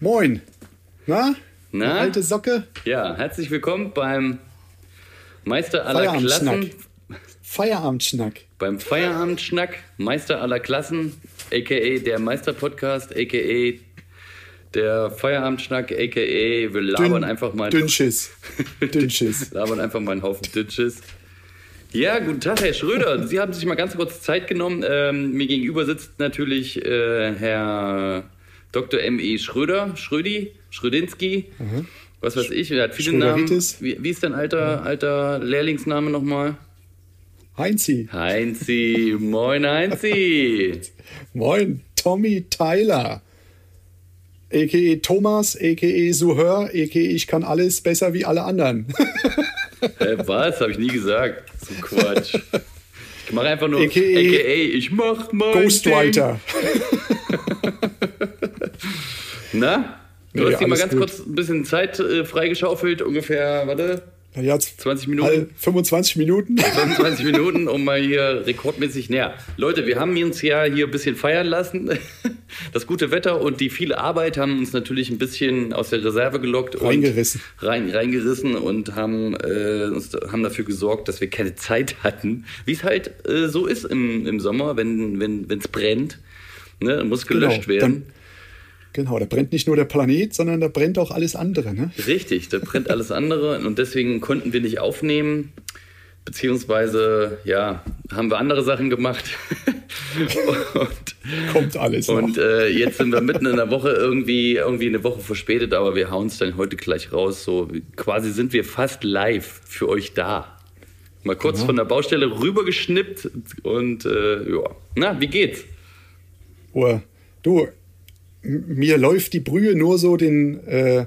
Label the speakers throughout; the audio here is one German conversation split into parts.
Speaker 1: Moin. Na?
Speaker 2: Na?
Speaker 1: Alte Socke.
Speaker 2: Ja, herzlich willkommen beim Meister aller Klassen,
Speaker 1: Feierabendschnack. Feierabendschnack.
Speaker 2: beim Feierabendschnack, Meister aller Klassen, aka der Meister-Podcast, aka der Feierabendschnack, aka wir labern einfach mal
Speaker 1: Dünnschiss. Dünnschiss.
Speaker 2: labern einfach mal einen Haufen Ditches. Ja, guten Tag, Herr Schröder. Sie haben sich mal ganz kurz Zeit genommen. Ähm, mir gegenüber sitzt natürlich äh, Herr Dr. M.E. Schröder, Schrödi, Schrödinski, was weiß ich. Er hat viele Namen.
Speaker 1: Mhm. Schröderitis.
Speaker 2: Wie, wie ist dein alter, alter Lehrlingsname nochmal?
Speaker 1: Heinzi.
Speaker 2: Heinzi. Moin, Heinzi.
Speaker 1: Moin. Tommy Tyler. A.k.e. Thomas, a.k.e. Suhör, a.k.e. ich kann alles besser wie alle anderen.
Speaker 2: Hä, Äh, was? Habe ich nie gesagt. So Quatsch. Ich mache einfach nur
Speaker 1: AKA
Speaker 2: AKA, ich mach mal.
Speaker 1: Ghostwriter.
Speaker 2: Na? Du
Speaker 1: Nee,
Speaker 2: hast dir mal
Speaker 1: alles
Speaker 2: ganz
Speaker 1: gut.
Speaker 2: kurz ein bisschen Zeit äh, freigeschaufelt, ungefähr, warte,
Speaker 1: Ja, jetzt
Speaker 2: 20
Speaker 1: all
Speaker 2: Minuten,
Speaker 1: 25 Minuten.
Speaker 2: 25 Minuten, um mal hier rekordmäßig näher. Leute, wir haben uns ja hier ein bisschen feiern lassen. Das gute Wetter und die viele Arbeit haben uns natürlich ein bisschen aus der Reserve gelockt und
Speaker 1: Reingerissen.
Speaker 2: rein, reingerissen und haben, äh, uns, haben dafür gesorgt, dass wir keine Zeit hatten. Wie es halt äh, so ist im, im Sommer, wenn wenn es brennt, ne, dann muss gelöscht
Speaker 1: Genau,
Speaker 2: werden.
Speaker 1: Dann, genau, da brennt nicht nur der Planet, sondern da brennt auch alles andere. Ne?
Speaker 2: Richtig, da brennt alles andere und deswegen konnten wir nicht aufnehmen. Beziehungsweise, ja, haben wir andere Sachen gemacht.
Speaker 1: Kommt alles.
Speaker 2: und
Speaker 1: noch.
Speaker 2: und äh, jetzt sind wir mitten in der Woche irgendwie, irgendwie eine Woche verspätet, aber wir hauen es dann heute gleich raus. So quasi sind wir fast live für euch da. Mal kurz von der Baustelle rübergeschnippt und äh, ja. Na, wie geht's?
Speaker 1: Ohr. Du, m- mir läuft die Brühe nur so den, äh,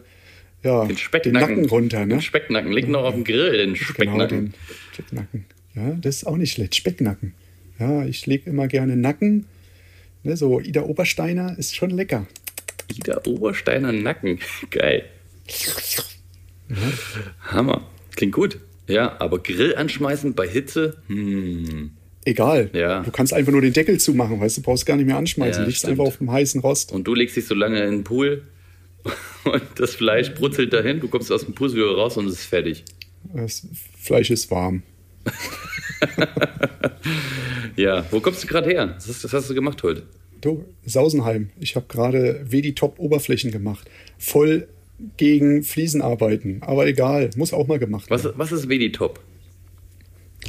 Speaker 1: ja,
Speaker 2: Den Specknacken.
Speaker 1: Nacken runter, ne?
Speaker 2: Den Specknacken. Liegt noch auf dem Grill, den
Speaker 1: Genau,
Speaker 2: Specknacken.
Speaker 1: den Specknacken. Ja, das ist auch nicht schlecht. Specknacken. Ja, ich lege immer gerne Nacken. Ne, so Ida Obersteiner ist schon lecker.
Speaker 2: Dieter Obersteiner Nacken. Geil. Hammer. Klingt gut. Ja, aber Grill anschmeißen bei Hitze, hm.
Speaker 1: Egal.
Speaker 2: Ja.
Speaker 1: Du kannst einfach nur den Deckel zumachen, weißt du, brauchst gar nicht mehr anschmeißen.
Speaker 2: Ja,
Speaker 1: Liegst
Speaker 2: stimmt.
Speaker 1: einfach auf dem heißen Rost.
Speaker 2: Und du legst dich so lange in den Pool und das Fleisch brutzelt dahin, du kommst aus dem Pool wieder raus und es ist fertig.
Speaker 1: Das Fleisch ist warm.
Speaker 2: Ja, wo kommst du gerade her? Das, hast- das hast du gemacht heute.
Speaker 1: Du, Sausenheim, ich habe gerade wedi top oberflächen gemacht. Voll gegen Fliesenarbeiten. Aber egal, muss auch mal gemacht
Speaker 2: Was, was ist Vedi-Top?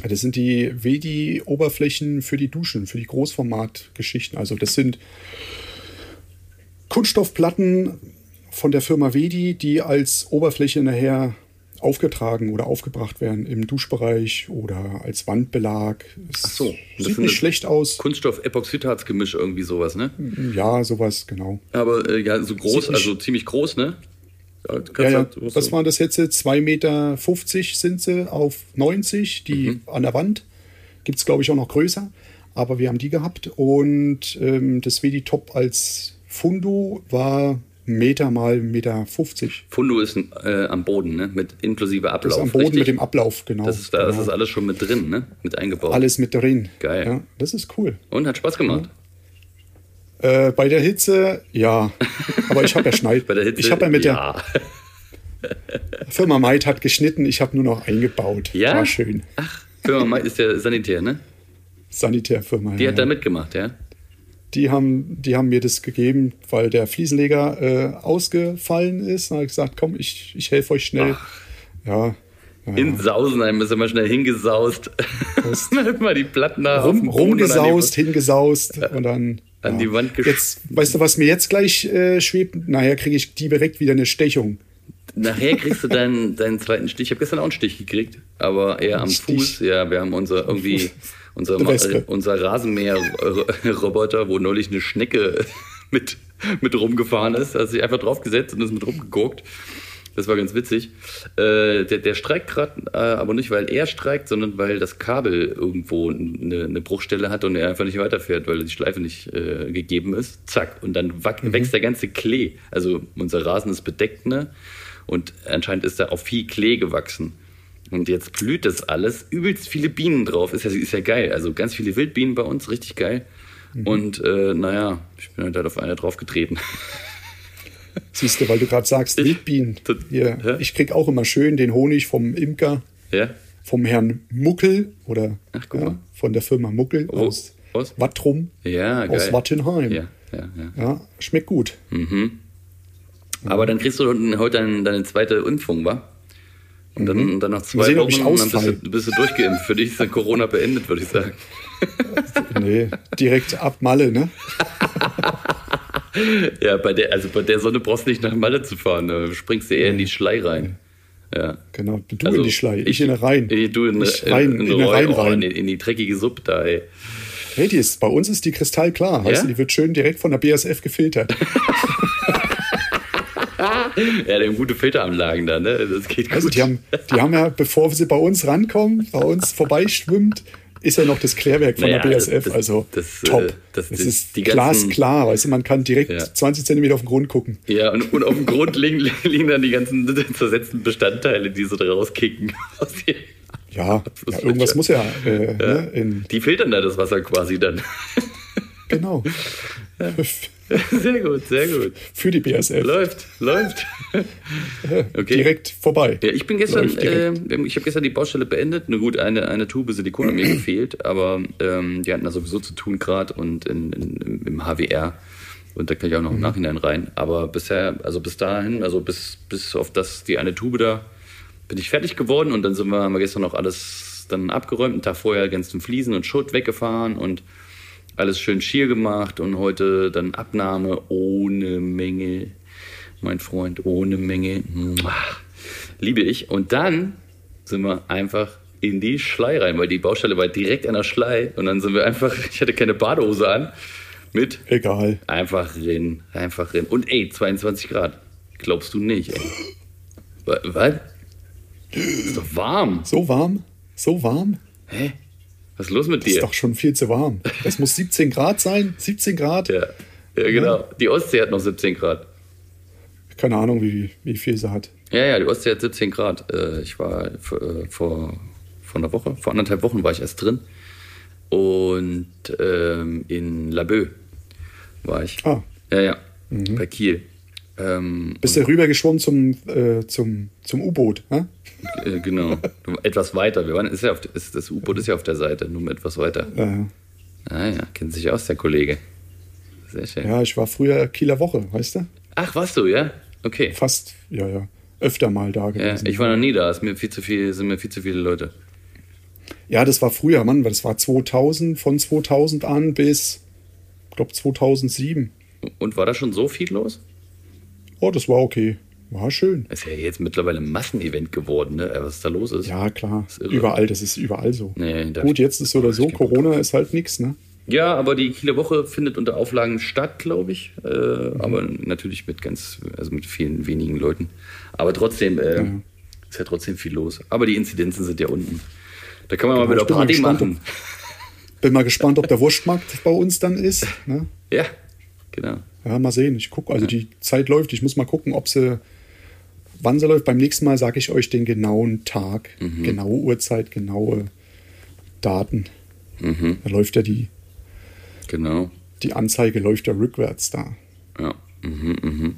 Speaker 1: Ja, Das sind die WD-Oberflächen für die Duschen, für die Großformat-Geschichten. Also das sind Kunststoffplatten von der Firma WD, die als Oberfläche nachher aufgetragen oder aufgebracht werden im Duschbereich oder als Wandbelag. Es
Speaker 2: so, das
Speaker 1: sieht
Speaker 2: sind
Speaker 1: nicht
Speaker 2: das-
Speaker 1: schlecht aus.
Speaker 2: Kunststoff-Epoxidharz-Gemisch, irgendwie sowas, ne?
Speaker 1: Ja, sowas, genau.
Speaker 2: Aber äh, ja, so groß,
Speaker 1: Sieht nicht-
Speaker 2: also ziemlich groß, ne? Ja, kannst
Speaker 1: Ja, ja.
Speaker 2: halt- musst
Speaker 1: Was
Speaker 2: du-
Speaker 1: waren das jetzt? 2,50 Meter sind sie auf 90, die
Speaker 2: Mhm.
Speaker 1: an der Wand. Gibt es, glaube ich, auch noch größer. Aber wir haben die gehabt. Und ähm, das WD Top als Fundo war Meter mal Meter 50.
Speaker 2: Fundo ist äh, am Boden, ne? Mit inklusive Ablauf.
Speaker 1: Das ist am Boden
Speaker 2: richtig?
Speaker 1: mit dem Ablauf, genau.
Speaker 2: Das ist, da, das
Speaker 1: genau.
Speaker 2: ist alles schon mit drin, ne? Mit eingebaut.
Speaker 1: alles mit drin.
Speaker 2: Geil.
Speaker 1: Ja, das ist cool.
Speaker 2: Und hat Spaß gemacht.
Speaker 1: Äh, bei der Hitze, ja. Aber ich habe ja Schneid.
Speaker 2: Bei der Hitze.
Speaker 1: ich habe ja mit
Speaker 2: ja.
Speaker 1: der Firma Maid hat geschnitten, ich habe nur noch eingebaut.
Speaker 2: Ja?
Speaker 1: War schön.
Speaker 2: Firma Mai ist der Sanitär, ne?
Speaker 1: Sanitärfirma.
Speaker 2: Die
Speaker 1: ja,
Speaker 2: hat da mitgemacht, ja?
Speaker 1: die haben, die haben mir das gegeben, weil der Fliesenleger äh, ausgefallen ist. Dann habe ich gesagt, komm, ich, ich helfe euch schnell. Ja,
Speaker 2: In Sausenheim ist immer schnell hingesaust. mal die Platten da auf
Speaker 1: rum,
Speaker 2: den Boden und
Speaker 1: rumgesaust, hingesaust und dann
Speaker 2: Äh, an
Speaker 1: ja.
Speaker 2: die Wand gesch-
Speaker 1: Jetzt, weißt du, was mir jetzt gleich äh, schwebt? Nachher kriege ich direkt wieder eine Stechung.
Speaker 2: an die- Nachher kriegst du deinen, deinen zweiten Stich. Ich habe gestern auch einen Stich gekriegt, aber eher am
Speaker 1: Stich.
Speaker 2: Fuß. Ja, wir haben unser irgendwie unser,
Speaker 1: Eine
Speaker 2: Ma-
Speaker 1: Wespe.
Speaker 2: unser Rasenmäher-Roboter, wo neulich eine Schnecke mit, mit rumgefahren ist, hat sich einfach draufgesetzt und ist mit rumgeguckt. Das war ganz witzig. Äh, der, der streikt gerade, äh, aber nicht, weil er streikt, sondern weil das Kabel irgendwo eine, eine Bruchstelle hat und er einfach nicht weiterfährt, weil die Schleife nicht äh, gegeben ist. Zack. Und dann wack,
Speaker 1: Mhm.
Speaker 2: wächst der ganze Klee. Also unser Rasen ist bedeckt, ne? Und anscheinend ist da auch viel Klee gewachsen. Und jetzt blüht das alles. Übelst viele Bienen drauf. Ist ja, ist ja geil. Also ganz viele Wildbienen bei uns, richtig
Speaker 1: Mhm.
Speaker 2: geil. Und äh, naja, ich bin halt auf einer draufgetreten.
Speaker 1: Siehst du, weil du gerade sagst, Wildbienen. Hier,
Speaker 2: Hä?
Speaker 1: Ich krieg auch immer schön den Honig vom Imker,
Speaker 2: Ja?
Speaker 1: vom Herrn Muckel oder
Speaker 2: Ach, guck mal.
Speaker 1: ja, von der Firma Muckel
Speaker 2: Wo-
Speaker 1: aus
Speaker 2: aus?
Speaker 1: Wattrum,
Speaker 2: Ja, geil.
Speaker 1: aus Wattenheim.
Speaker 2: Ja, ja, ja.
Speaker 1: Ja, schmeckt gut.
Speaker 2: Aber dann kriegst du unten heute deine, deine zweite Impfung, wa? Und dann, dann noch zwei
Speaker 1: Mhm. Mal sehen, ob
Speaker 2: Wochen und
Speaker 1: ich
Speaker 2: dann bist
Speaker 1: ausfall.
Speaker 2: du, bist du durchgeimpft. Für dich ist dann Corona beendet, würde ich sagen.
Speaker 1: Nee, direkt ab Malle, ne?
Speaker 2: Ja, bei der, also bei der Sonne brauchst du nicht nach Malle zu fahren. Da springst du eher in die Schlei rein. Ja.
Speaker 1: Genau, du
Speaker 2: Also,
Speaker 1: in die Schlei, ich, in der Rhein.
Speaker 2: Ich, du in,
Speaker 1: Ich
Speaker 2: in,
Speaker 1: rein,
Speaker 2: in,
Speaker 1: in der
Speaker 2: Roy-
Speaker 1: Rhein
Speaker 2: oh,
Speaker 1: rein.
Speaker 2: In, in die dreckige Suppe da, ey.
Speaker 1: Hey, die ist, bei uns ist die kristallklar. Weißt du, die wird schön direkt von der BSF gefiltert.
Speaker 2: Ja, die haben gute Filteranlagen da, ne? Das geht gut.
Speaker 1: Also die haben, die haben ja, bevor sie bei uns rankommen, bei uns vorbeischwimmt, ist ja noch das Klärwerk von
Speaker 2: Naja,
Speaker 1: der BSF.
Speaker 2: das-
Speaker 1: also
Speaker 2: das, äh,
Speaker 1: top.
Speaker 2: das-
Speaker 1: es
Speaker 2: das-
Speaker 1: ist
Speaker 2: die ganzen-
Speaker 1: glasklar, weißt du, man kann direkt
Speaker 2: Ja.
Speaker 1: 20 Zentimeter auf den Grund gucken.
Speaker 2: ja, und, und auf dem Grund liegen, liegen dann die ganzen zersetzten Bestandteile, die sie da rauskicken.
Speaker 1: Ja,
Speaker 2: ist
Speaker 1: ja irgendwas
Speaker 2: sicher.
Speaker 1: muss ja, äh, Ne, in,
Speaker 2: Die filtern da das Wasser quasi dann.
Speaker 1: genau.
Speaker 2: Sehr gut, sehr gut.
Speaker 1: Für die BSF.
Speaker 2: Läuft, läuft. Okay.
Speaker 1: Direkt vorbei.
Speaker 2: Ja, ich bin gestern,
Speaker 1: Läuft direkt.
Speaker 2: äh, ich habe gestern die Baustelle beendet. Na gut, eine, eine Tube Silikon hat mir gefehlt, aber ähm, die hatten da sowieso zu tun gerade und in, in, im- im HWR. Und da kann ich auch noch
Speaker 1: Mhm.
Speaker 2: im Nachhinein rein. Aber bisher, also bis dahin, also bis, bis auf das, die eine Tube da, bin ich fertig geworden und dann sind wir, haben wir gestern noch alles dann abgeräumt. Einen Tag vorher ganzen Fliesen und Schutt weggefahren und alles schön schier gemacht und heute dann Abnahme ohne Menge. Mein Freund, ohne Menge. Mua. Liebe ich. Und dann sind wir einfach in die Schlei rein, weil die Baustelle war direkt an der Schlei und dann sind wir einfach, ich hatte keine Badehose an, mit
Speaker 1: Egal.
Speaker 2: einfach rennen, einfach rennen. Und ey, 22 Grad. Glaubst du nicht, ey. Wa- Was? Ist doch warm.
Speaker 1: So warm, so warm.
Speaker 2: Hä? Was ist los mit
Speaker 1: Ist
Speaker 2: dir?
Speaker 1: doch schon viel zu warm. Das muss 17 Grad sein. 17 Grad.
Speaker 2: Ja. ja,
Speaker 1: Ne?
Speaker 2: genau. Die Ostsee hat noch 17 Grad.
Speaker 1: Keine Ahnung, wie, wie viel sie hat.
Speaker 2: Ja, ja, die Ostsee hat 17 Grad. Äh, Ich war äh, vor, vor einer Woche, vor anderthalb Wochen war ich erst drin. Und ähm, in Laboe war ich.
Speaker 1: Ah. Mhm.
Speaker 2: Ja, ja, bei Kiel. Ähm,
Speaker 1: Bist du rübergeschwommen zum, äh, zum, zum U-Boot? hä?
Speaker 2: und, äh, genau, etwas weiter. Wir waren, ist ja auf, ist, das U-Boot ist ja auf der Seite, nur etwas weiter.
Speaker 1: Äh,
Speaker 2: Ah ja, kennt sich aus, der Kollege. Sehr schön.
Speaker 1: ja, ich war früher Kieler Woche, weißt du?
Speaker 2: Ach, warst du, ja? Okay.
Speaker 1: Fast, ja, ja. Öfter mal da
Speaker 2: Ja,
Speaker 1: gewesen.
Speaker 2: ich war noch nie da, ist mir viel zu viel, sind mir viel zu viele Leute.
Speaker 1: Ja, das war früher, Mann, weil das war 2000, von 2000 an bis, ich glaube, 2007.
Speaker 2: Und war da schon so viel los?
Speaker 1: Oh, das war okay. War schön.
Speaker 2: Ist ja jetzt mittlerweile ein Massenevent geworden, ne? Was da los ist.
Speaker 1: Ja, klar.
Speaker 2: irre.
Speaker 1: überall, das ist überall so.
Speaker 2: Nee, da-
Speaker 1: Gut, jetzt ist so oder so.
Speaker 2: Ich geh mal
Speaker 1: Corona ist halt nix, ne?
Speaker 2: Ja, aber die Kieler Woche findet unter Auflagen statt, glaube ich. Äh,
Speaker 1: Mhm.
Speaker 2: Aber natürlich mit ganz, also mit vielen wenigen Leuten. Aber trotzdem äh, ist ja trotzdem viel los. Aber die Inzidenzen sind ja unten. Da kann man mal
Speaker 1: Genau,
Speaker 2: wieder
Speaker 1: ich bin mal
Speaker 2: Party
Speaker 1: gespannt,
Speaker 2: machen.
Speaker 1: Bin mal gespannt, ob der Wurstmarkt bei uns dann ist. Ne?
Speaker 2: Ja, genau.
Speaker 1: Ja, mal sehen. Ich gucke, also die Zeit läuft. Ich muss mal gucken, ob sie, wann sie läuft. Beim nächsten Mal sage ich euch den genauen Tag,
Speaker 2: Mhm.
Speaker 1: genaue Uhrzeit, genaue Daten.
Speaker 2: Mhm.
Speaker 1: Da läuft ja die,
Speaker 2: Genau.
Speaker 1: die Anzeige läuft ja rückwärts da.
Speaker 2: Ja. Mhm, mhm.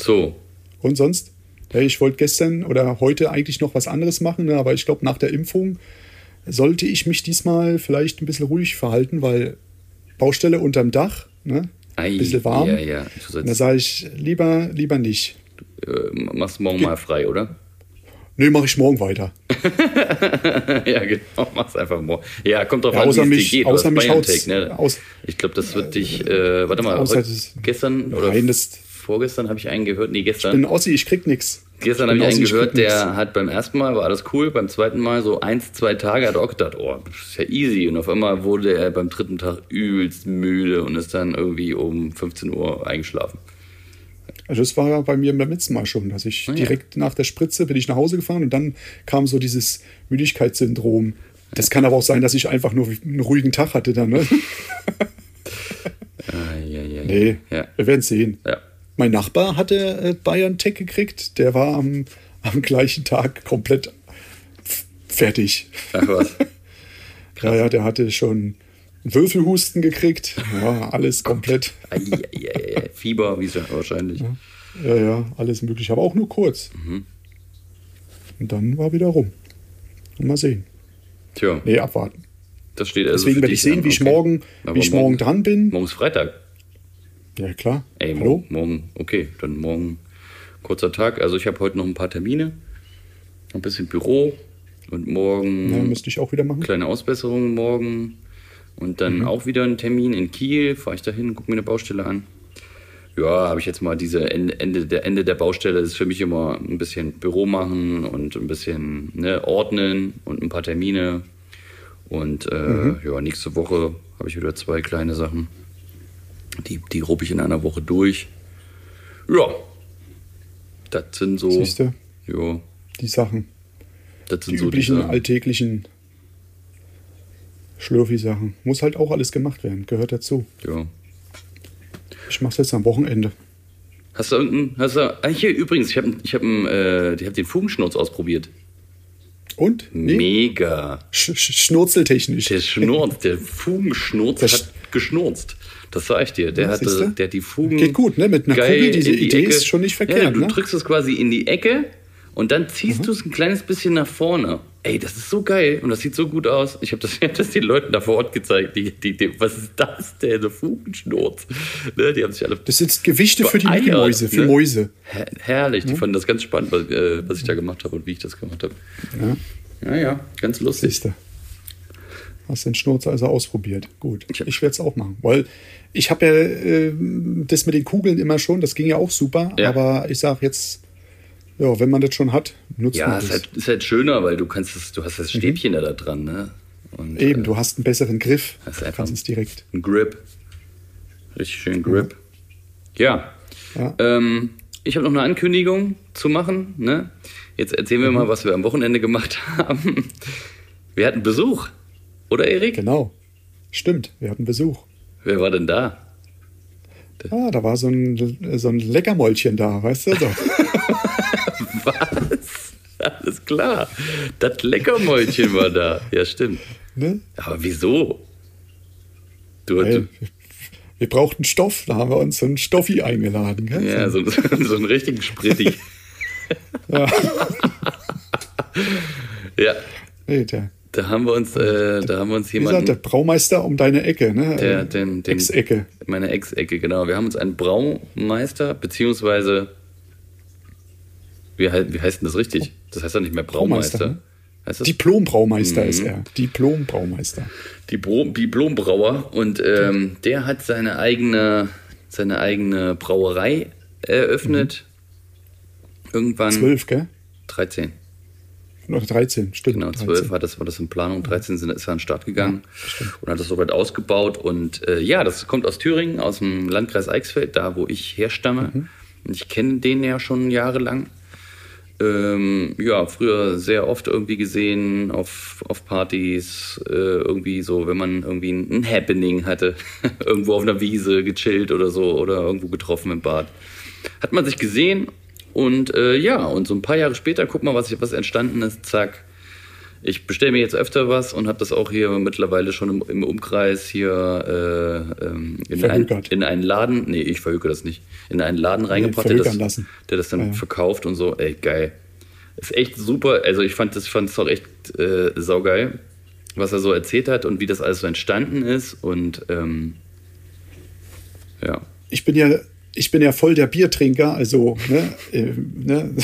Speaker 2: So.
Speaker 1: Und sonst? Hey, ich wollte gestern oder heute eigentlich noch was anderes machen, ne, aber ich glaube, nach der Impfung sollte ich mich diesmal vielleicht ein bisschen ruhig verhalten, weil Baustelle unterm Dach, ne?
Speaker 2: Ei,
Speaker 1: Ein bisschen warm.
Speaker 2: Ja, ja. Du
Speaker 1: Und da
Speaker 2: sollst,
Speaker 1: sage ich, lieber, lieber nicht.
Speaker 2: äh, machst morgen mal frei, oder?
Speaker 1: Nö, mache ich morgen weiter.
Speaker 2: ja, genau, mach's einfach mal. Ja, kommt drauf
Speaker 1: Ja,
Speaker 2: an,
Speaker 1: außer
Speaker 2: wie es
Speaker 1: mich-
Speaker 2: dir geht.
Speaker 1: außer
Speaker 2: aber das
Speaker 1: mich
Speaker 2: Bayern-Take,
Speaker 1: haut's
Speaker 2: ne?
Speaker 1: aus.
Speaker 2: Ich glaube, das wird dich, äh, warte mal,
Speaker 1: außer
Speaker 2: heute,
Speaker 1: das-
Speaker 2: gestern oder
Speaker 1: Nein, das-
Speaker 2: vorgestern habe ich einen gehört, nee,
Speaker 1: Ich bin
Speaker 2: gestern,
Speaker 1: Ossi, ich krieg nix.
Speaker 2: gestern habe
Speaker 1: bin
Speaker 2: ich einen
Speaker 1: Ossi, ich
Speaker 2: gehört,
Speaker 1: krieg nix.
Speaker 2: der hat beim ersten Mal, war alles cool, beim zweiten Mal so eins, zwei Tage hat er auch gedacht, oh, das ist ja easy. Und auf einmal wurde er beim dritten Tag übelst müde und ist dann irgendwie um 15 Uhr eingeschlafen.
Speaker 1: Also das war ja bei mir beim letzten Mal schon, dass ich
Speaker 2: Ah, ja.
Speaker 1: direkt nach der Spritze bin ich nach Hause gefahren und dann kam so dieses Müdigkeitssyndrom. Das kann aber auch sein, dass ich einfach nur einen ruhigen Tag hatte dann. Ne?
Speaker 2: Ah, ja, ja, ja.
Speaker 1: Nee,
Speaker 2: Ja,
Speaker 1: wir werden sehen.
Speaker 2: ja.
Speaker 1: Mein Nachbar hatte äh, Bayern Tech gekriegt. Der war am, am gleichen Tag komplett f- fertig.
Speaker 2: Ach was.
Speaker 1: Ja, ja, der hatte schon Würfelhusten gekriegt. Ja, alles komplett.
Speaker 2: Ei, ei, ei, ei. Fieber, wie es ja wahrscheinlich.
Speaker 1: Ja, ja, alles möglich, aber auch nur kurz.
Speaker 2: Mhm.
Speaker 1: Und dann war wieder rum. Und mal sehen.
Speaker 2: Tja,
Speaker 1: Nee, abwarten.
Speaker 2: das steht also.
Speaker 1: Deswegen
Speaker 2: für
Speaker 1: werde
Speaker 2: dich
Speaker 1: ich sehen,
Speaker 2: an,
Speaker 1: wie ich
Speaker 2: okay.
Speaker 1: morgen,
Speaker 2: Aber
Speaker 1: wie ich morgen
Speaker 2: morgen-
Speaker 1: dran bin.
Speaker 2: Morgen ist Freitag.
Speaker 1: Ja, klar.
Speaker 2: Ey,
Speaker 1: Hallo?
Speaker 2: morgen, morgen, okay, dann morgen kurzer Tag. Also ich habe heute noch ein paar Termine, ein bisschen Büro und morgen
Speaker 1: Ja, müsste ich auch wieder machen.
Speaker 2: kleine Ausbesserung morgen und
Speaker 1: Mhm.
Speaker 2: dann auch wieder einen Termin in Kiel. Fahre ich dahin, gucke mir eine Baustelle an. Ja, habe ich jetzt mal diese Ende, Ende, der Ende der Baustelle ist für mich immer ein bisschen Büro machen und ein bisschen ne, ordnen und ein paar Termine. Und äh,
Speaker 1: Mhm.
Speaker 2: ja, nächste Woche habe ich wieder zwei kleine Sachen. Die, die ruppe ich in einer Woche durch. Ja, das sind so.
Speaker 1: Siehst du,
Speaker 2: Ja,
Speaker 1: die Sachen.
Speaker 2: das sind
Speaker 1: Die
Speaker 2: so
Speaker 1: üblichen
Speaker 2: diese-
Speaker 1: alltäglichen Schlürfi-Sachen. Muss halt auch alles gemacht werden. Gehört dazu.
Speaker 2: ja.
Speaker 1: Ich mache es jetzt am Wochenende.
Speaker 2: Hast du irgendeinen, hast du, ah, hier übrigens, ich habe ich hab, einen, äh, ich hab den Fugenschnurz ausprobiert.
Speaker 1: Und? Nee?
Speaker 2: Mega.
Speaker 1: Sch sch Schnurzeltechnisch.
Speaker 2: Der Schnurz, der Fugenschnurz
Speaker 1: Das-
Speaker 2: hat geschnurzt. Das sag ich dir. Der,
Speaker 1: Ja, siehst du?
Speaker 2: hatte, der hat die Fugen.
Speaker 1: Geht gut, ne? Mit einer
Speaker 2: geil
Speaker 1: Kugel, diese
Speaker 2: in die
Speaker 1: Idee
Speaker 2: Ecke.
Speaker 1: ist schon nicht verkehrt,
Speaker 2: Ja, du
Speaker 1: ne? Mhm.
Speaker 2: drückst es quasi in die Ecke und dann ziehst du es ein kleines bisschen nach vorne. Ey, das ist so geil und das sieht so gut aus. Ich habe das, ich hab das den Leuten da vor Ort gezeigt. Die, die, die, was ist das denn? Der Fugenschnurz. Ne? Die haben sich alle
Speaker 1: Das sind Gewichte für die
Speaker 2: Eier,
Speaker 1: Mäuse, für
Speaker 2: ne?
Speaker 1: Mäuse. Hm?
Speaker 2: Her herrlich, die fanden das ganz spannend, was, äh, was ich da gemacht habe und wie ich das gemacht habe.
Speaker 1: Ja,
Speaker 2: Ja, ja, ganz lustig.
Speaker 1: siehst du. Hast den Schnurz also ausprobiert. Gut,
Speaker 2: Ich hab-
Speaker 1: ich werde es auch machen. Weil ich habe ja ähm, das mit den Kugeln immer schon, das ging ja auch super.
Speaker 2: Ja.
Speaker 1: Aber ich sage jetzt, ja, wenn man das schon hat, nutzt
Speaker 2: Ja,
Speaker 1: man
Speaker 2: ist
Speaker 1: das. Mhm.
Speaker 2: halt, ist halt schöner, weil du kannst das, du hast das Stäbchen da, da dran, ne? Und,
Speaker 1: Eben,
Speaker 2: äh,
Speaker 1: du hast einen besseren Griff.
Speaker 2: Das ist einfach-
Speaker 1: kannst es direkt.
Speaker 2: Ein Grip. Richtig schön Grip. Ja.
Speaker 1: Mhm. Ja.
Speaker 2: Ähm, ich habe noch eine Ankündigung zu machen. Ne? Jetzt erzählen
Speaker 1: Mhm.
Speaker 2: wir mal, was wir am Wochenende gemacht haben. Wir hatten Besuch. Oder Erik?
Speaker 1: Genau. Stimmt, wir hatten Besuch.
Speaker 2: Wer war denn da?
Speaker 1: Ah, da war so ein, so ein Leckermäulchen da, weißt du? So.
Speaker 2: Was? Alles klar. Das Leckermäulchen war da. Ja, stimmt.
Speaker 1: ne?
Speaker 2: Aber wieso? Du,
Speaker 1: Weil
Speaker 2: du
Speaker 1: wir brauchten Stoff, da haben wir uns so einen Stoffi eingeladen. Gell?
Speaker 2: ja, so, so einen richtigen Spritti.
Speaker 1: Ja.
Speaker 2: ja,
Speaker 1: Nee, der,
Speaker 2: da haben wir uns, äh, da haben wir uns
Speaker 1: wie gesagt, der
Speaker 2: jemanden,
Speaker 1: Braumeister um deine Ecke, ne?
Speaker 2: der,
Speaker 1: Äh,
Speaker 2: den, den,
Speaker 1: Ex-Ecke.
Speaker 2: meine Ex-Ecke, genau. Wir haben uns einen Braumeister, beziehungsweise, wie, hei- wie heißt denn das richtig? Das heißt doch nicht mehr Braumeister.
Speaker 1: Braumeister, ne?
Speaker 2: Heißt das? Mhm.
Speaker 1: Diplom-Braumeister ist er. Diplom-Braumeister.
Speaker 2: die Bro- Diplombrauer und ähm, der hat seine eigene, seine eigene Brauerei eröffnet. Irgendwann
Speaker 1: Zwölf, gell?
Speaker 2: 13.
Speaker 1: Oder 13, stimmt.
Speaker 2: Genau,
Speaker 1: 13.
Speaker 2: 12 war das, war das in Planung, 13 sind, ist er an den Start gegangen und hat das soweit ausgebaut. Und äh, ja, das kommt aus Thüringen, aus dem Landkreis Eichsfeld, da wo ich herstamme. Und ich kenne den ja schon jahrelang. Ähm, ja, früher sehr oft irgendwie gesehen auf, auf Partys, äh, irgendwie so, wenn man irgendwie ein ein Happening hatte, irgendwo auf einer Wiese gechillt oder so oder irgendwo getroffen im Bad. Hat man sich gesehen und äh, ja, und so ein paar Jahre später, guck mal, was, was entstanden ist, zack, ich bestelle mir jetzt öfter was und habe das auch hier mittlerweile schon im, im Umkreis hier äh, ähm, in, ein,
Speaker 1: Verhökert.
Speaker 2: in einen Laden, nee, ich verhöke das nicht, in einen Laden reingebracht, der, das,
Speaker 1: verhökern lassen.
Speaker 2: der das dann
Speaker 1: Ja, ja.
Speaker 2: verkauft und so. Ey, geil. Ist echt super. Also ich fand das fand's auch echt äh, saugeil, was er so erzählt hat und wie das alles so entstanden ist. Und ähm, ja.
Speaker 1: ich bin ja, ich bin ja voll der Biertrinker, also ne, äh, ne,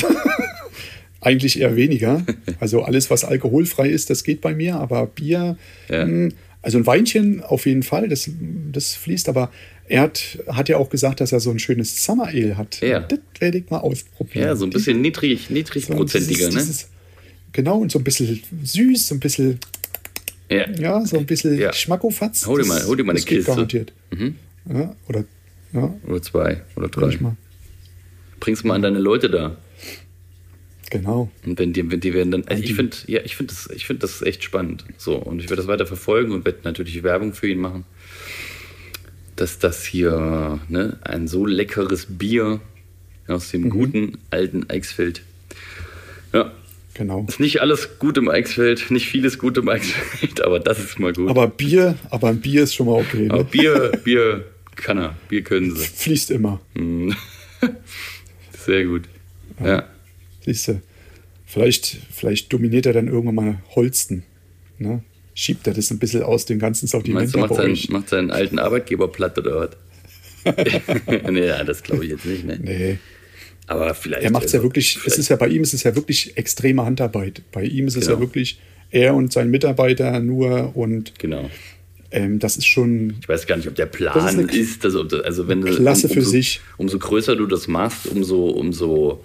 Speaker 1: eigentlich eher weniger. Also alles, was alkoholfrei ist, das geht bei mir, aber Bier,
Speaker 2: Ja.
Speaker 1: mh, also ein Weinchen auf jeden Fall, das, das fließt, aber er hat, hat ja auch gesagt, dass er so ein schönes Summer Ale hat.
Speaker 2: Ja.
Speaker 1: Das werde ich mal ausprobieren.
Speaker 2: Ja, so ein bisschen niedrig, niedrigprozentiger,
Speaker 1: dieses- dieses- Genau, und so ein bisschen süß, so ein bisschen,
Speaker 2: ne? Ja.
Speaker 1: ja, so ein bisschen
Speaker 2: Ja.
Speaker 1: Schmackofatz.
Speaker 2: Hol dir mal- hol dir mal eine
Speaker 1: das geht
Speaker 2: Kiste. Mhm.
Speaker 1: garantiert. Ja, oder, ja,
Speaker 2: Oder zwei oder drei.
Speaker 1: manchmal.
Speaker 2: Bring's mal an deine Leute da.
Speaker 1: Genau.
Speaker 2: Und wenn die, wenn die werden dann. Also ich finde, ja, ich finde das, ich finde das echt spannend. So. Und ich werde das weiter verfolgen und werde natürlich Werbung für ihn machen. Dass das hier, ne, ein so Mhm. leckeres Bier aus dem guten alten Eichsfeld. Ja,
Speaker 1: Genau.
Speaker 2: Ist nicht alles gut im Eichsfeld, nicht vieles gut im Eichsfeld, aber das ist mal gut.
Speaker 1: Aber Bier, aber ein Bier ist schon mal okay.
Speaker 2: Aber
Speaker 1: Ne?
Speaker 2: Bier, Bier kann er, Bier können sie.
Speaker 1: Fließt immer.
Speaker 2: Hm. Sehr gut. Ja.
Speaker 1: Siehst du. Vielleicht, vielleicht dominiert er dann irgendwann mal Holsten. Ne? Schiebt er das ein bisschen aus dem ganzen Sortiment
Speaker 2: Meinst du,
Speaker 1: da bei
Speaker 2: macht seinen,
Speaker 1: euch?
Speaker 2: macht seinen alten Arbeitgeber platt oder was? nee, ja, das glaube ich jetzt nicht, ne?
Speaker 1: Nee.
Speaker 2: Aber vielleicht.
Speaker 1: Er macht es ja
Speaker 2: also,
Speaker 1: wirklich, es
Speaker 2: vielleicht-
Speaker 1: ist ja bei ihm, es ist ja wirklich extreme Handarbeit. Bei ihm ist es
Speaker 2: Genau.
Speaker 1: ja wirklich er und sein Mitarbeiter nur und
Speaker 2: Genau.
Speaker 1: ähm, das ist schon,
Speaker 2: Ich weiß gar nicht, ob der
Speaker 1: Das ist
Speaker 2: Plan
Speaker 1: eine
Speaker 2: ist,
Speaker 1: Kl-
Speaker 2: also, ob das- also wenn du-
Speaker 1: Klasse für
Speaker 2: umso,
Speaker 1: sich.
Speaker 2: Umso größer du das machst, umso, umso,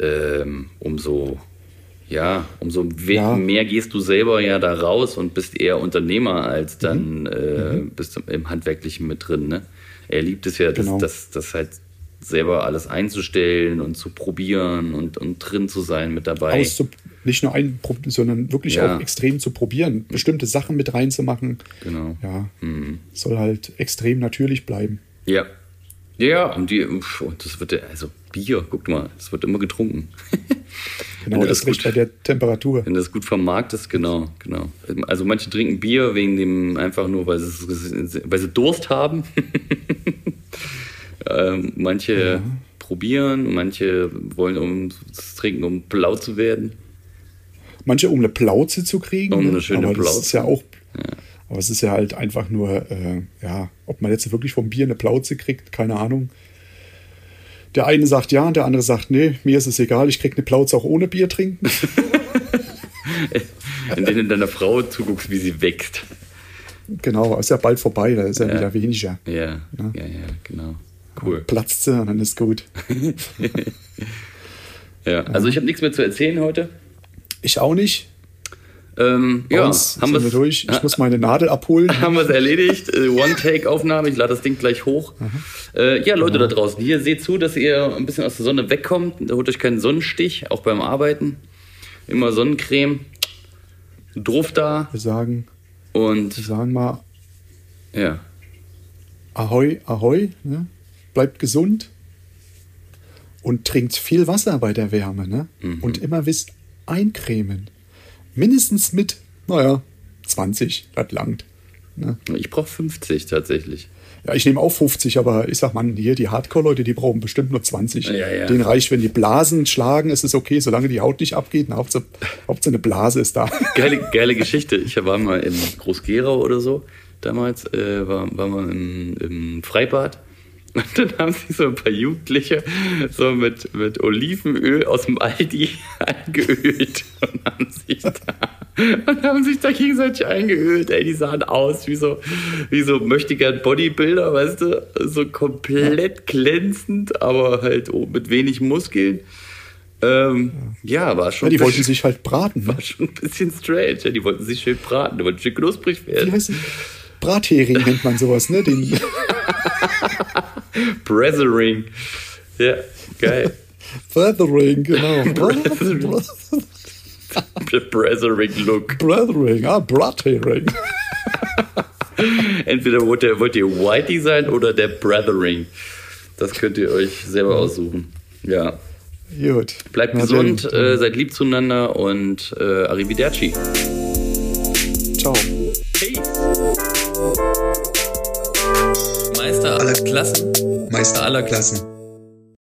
Speaker 2: ähm, umso, ja, umso we-
Speaker 1: Ja.
Speaker 2: mehr gehst du selber ja da raus und bist eher Unternehmer
Speaker 1: Mhm.
Speaker 2: als dann äh, bist du im Handwerklichen mit drin. Ne? Er liebt es ja, das,
Speaker 1: Genau.
Speaker 2: das, das halt selber alles einzustellen und zu probieren und, und drin zu sein mit dabei.
Speaker 1: auszu, nicht nur ein, sondern wirklich
Speaker 2: Ja.
Speaker 1: auch extrem zu probieren, bestimmte Sachen mit reinzumachen.
Speaker 2: genau.
Speaker 1: Ja, soll halt extrem natürlich bleiben.
Speaker 2: Ja. Ja, und die, pf, das wird ja, also Bier, guck mal, das wird immer getrunken. Wenn
Speaker 1: Genau,
Speaker 2: du
Speaker 1: das
Speaker 2: das
Speaker 1: recht
Speaker 2: gut-
Speaker 1: bei der Temperatur.
Speaker 2: Wenn das gut vermarktest, genau, genau. Also manche trinken Bier wegen dem einfach nur, weil sie, weil sie Durst haben. ähm, manche probieren, manche wollen um es trinken, um blau zu werden.
Speaker 1: Manche, um eine Plauze zu kriegen.
Speaker 2: Um eine
Speaker 1: ne?
Speaker 2: schöne
Speaker 1: aber
Speaker 2: Plauze.
Speaker 1: Das ist ja auch, aber es ist ja halt einfach nur, äh, ja, ob man jetzt wirklich vom Bier eine Plauze kriegt, keine Ahnung. Der eine sagt ja, und der andere sagt, nee, mir ist es egal, ich krieg eine Plauze auch ohne Bier trinken.
Speaker 2: In denen deiner Frau zuguckst, wie sie wächst.
Speaker 1: genau, aber ist ja bald vorbei, da ist ja, wieder weniger.
Speaker 2: Ja, ja, ja, genau. Cool.
Speaker 1: Platzt sie und dann ist gut.
Speaker 2: Ja, also ich habe nichts mehr zu erzählen heute.
Speaker 1: Ich auch nicht.
Speaker 2: Ähm, ja,
Speaker 1: Aus,
Speaker 2: haben
Speaker 1: sind wir
Speaker 2: wir's-
Speaker 1: durch. Ich muss meine Nadel abholen.
Speaker 2: haben wir es erledigt. Äh, One-Take-Aufnahme. Ich lade das Ding gleich hoch. Äh, ja, Leute da draußen, hier seht zu, dass ihr ein bisschen aus der Sonne wegkommt. Holt euch keinen Sonnenstich, auch beim Arbeiten. Immer Sonnencreme. Druff da
Speaker 1: Wir sagen, wir
Speaker 2: und
Speaker 1: sagen mal
Speaker 2: ja,
Speaker 1: Ahoi, Ahoi. Ne? Bleibt gesund und trinkt viel Wasser bei der Wärme. Ne?
Speaker 2: Mhm.
Speaker 1: Und immer wisst, eincremen. Mindestens mit, naja, 20, das langt. Ne?
Speaker 2: ich brauche 50 tatsächlich.
Speaker 1: Ja, ich nehme auch 50, aber ich sag mal, hier die Hardcore-Leute, die brauchen bestimmt nur 20.
Speaker 2: Ja, ja.
Speaker 1: Den reicht, wenn die Blasen schlagen, ist es okay, solange die Haut nicht abgeht. Na, Hauptsache, Hauptsache eine Blase ist da.
Speaker 2: Geile, geile Geschichte. Ich war mal in Groß-Gerau oder so damals, äh, war, war mal im, im Freibad. Und dann haben sich so ein paar Jugendliche so mit, mit Olivenöl aus dem Aldi eingeölt und haben sich da, und haben sich da gegenseitig eingeölt. Ey, die sahen aus wie so, wie so möchtegern Bodybuilder, weißt du? So komplett glänzend, aber halt oh, mit wenig Muskeln. Ähm, ja, war schon.
Speaker 1: Ja, die
Speaker 2: ein
Speaker 1: wollten
Speaker 2: bisschen-
Speaker 1: sich halt braten. Ne?
Speaker 2: war schon ein bisschen strange. Ja, die wollten sich schön braten, die wollten schön knusprig
Speaker 1: Wie
Speaker 2: werden.
Speaker 1: heißt es? Brathering nennt man sowas, ne? Den,
Speaker 2: Brethering. Ja, geil.
Speaker 1: Feathering, genau.
Speaker 2: Brethering. The Brethering Look.
Speaker 1: Brethering, ah, Brathering.
Speaker 2: Entweder wollt ihr, wollt ihr Whitey sein oder der Brethering. Das könnt ihr euch selber aussuchen. Ja.
Speaker 1: Gut.
Speaker 2: Bleibt
Speaker 1: Na
Speaker 2: gesund,
Speaker 1: denn,
Speaker 2: äh, seid lieb zueinander und äh, Arrivederci.
Speaker 1: Ciao.
Speaker 2: Hey. Meister aller Klassen.
Speaker 3: Meister aller Klassen.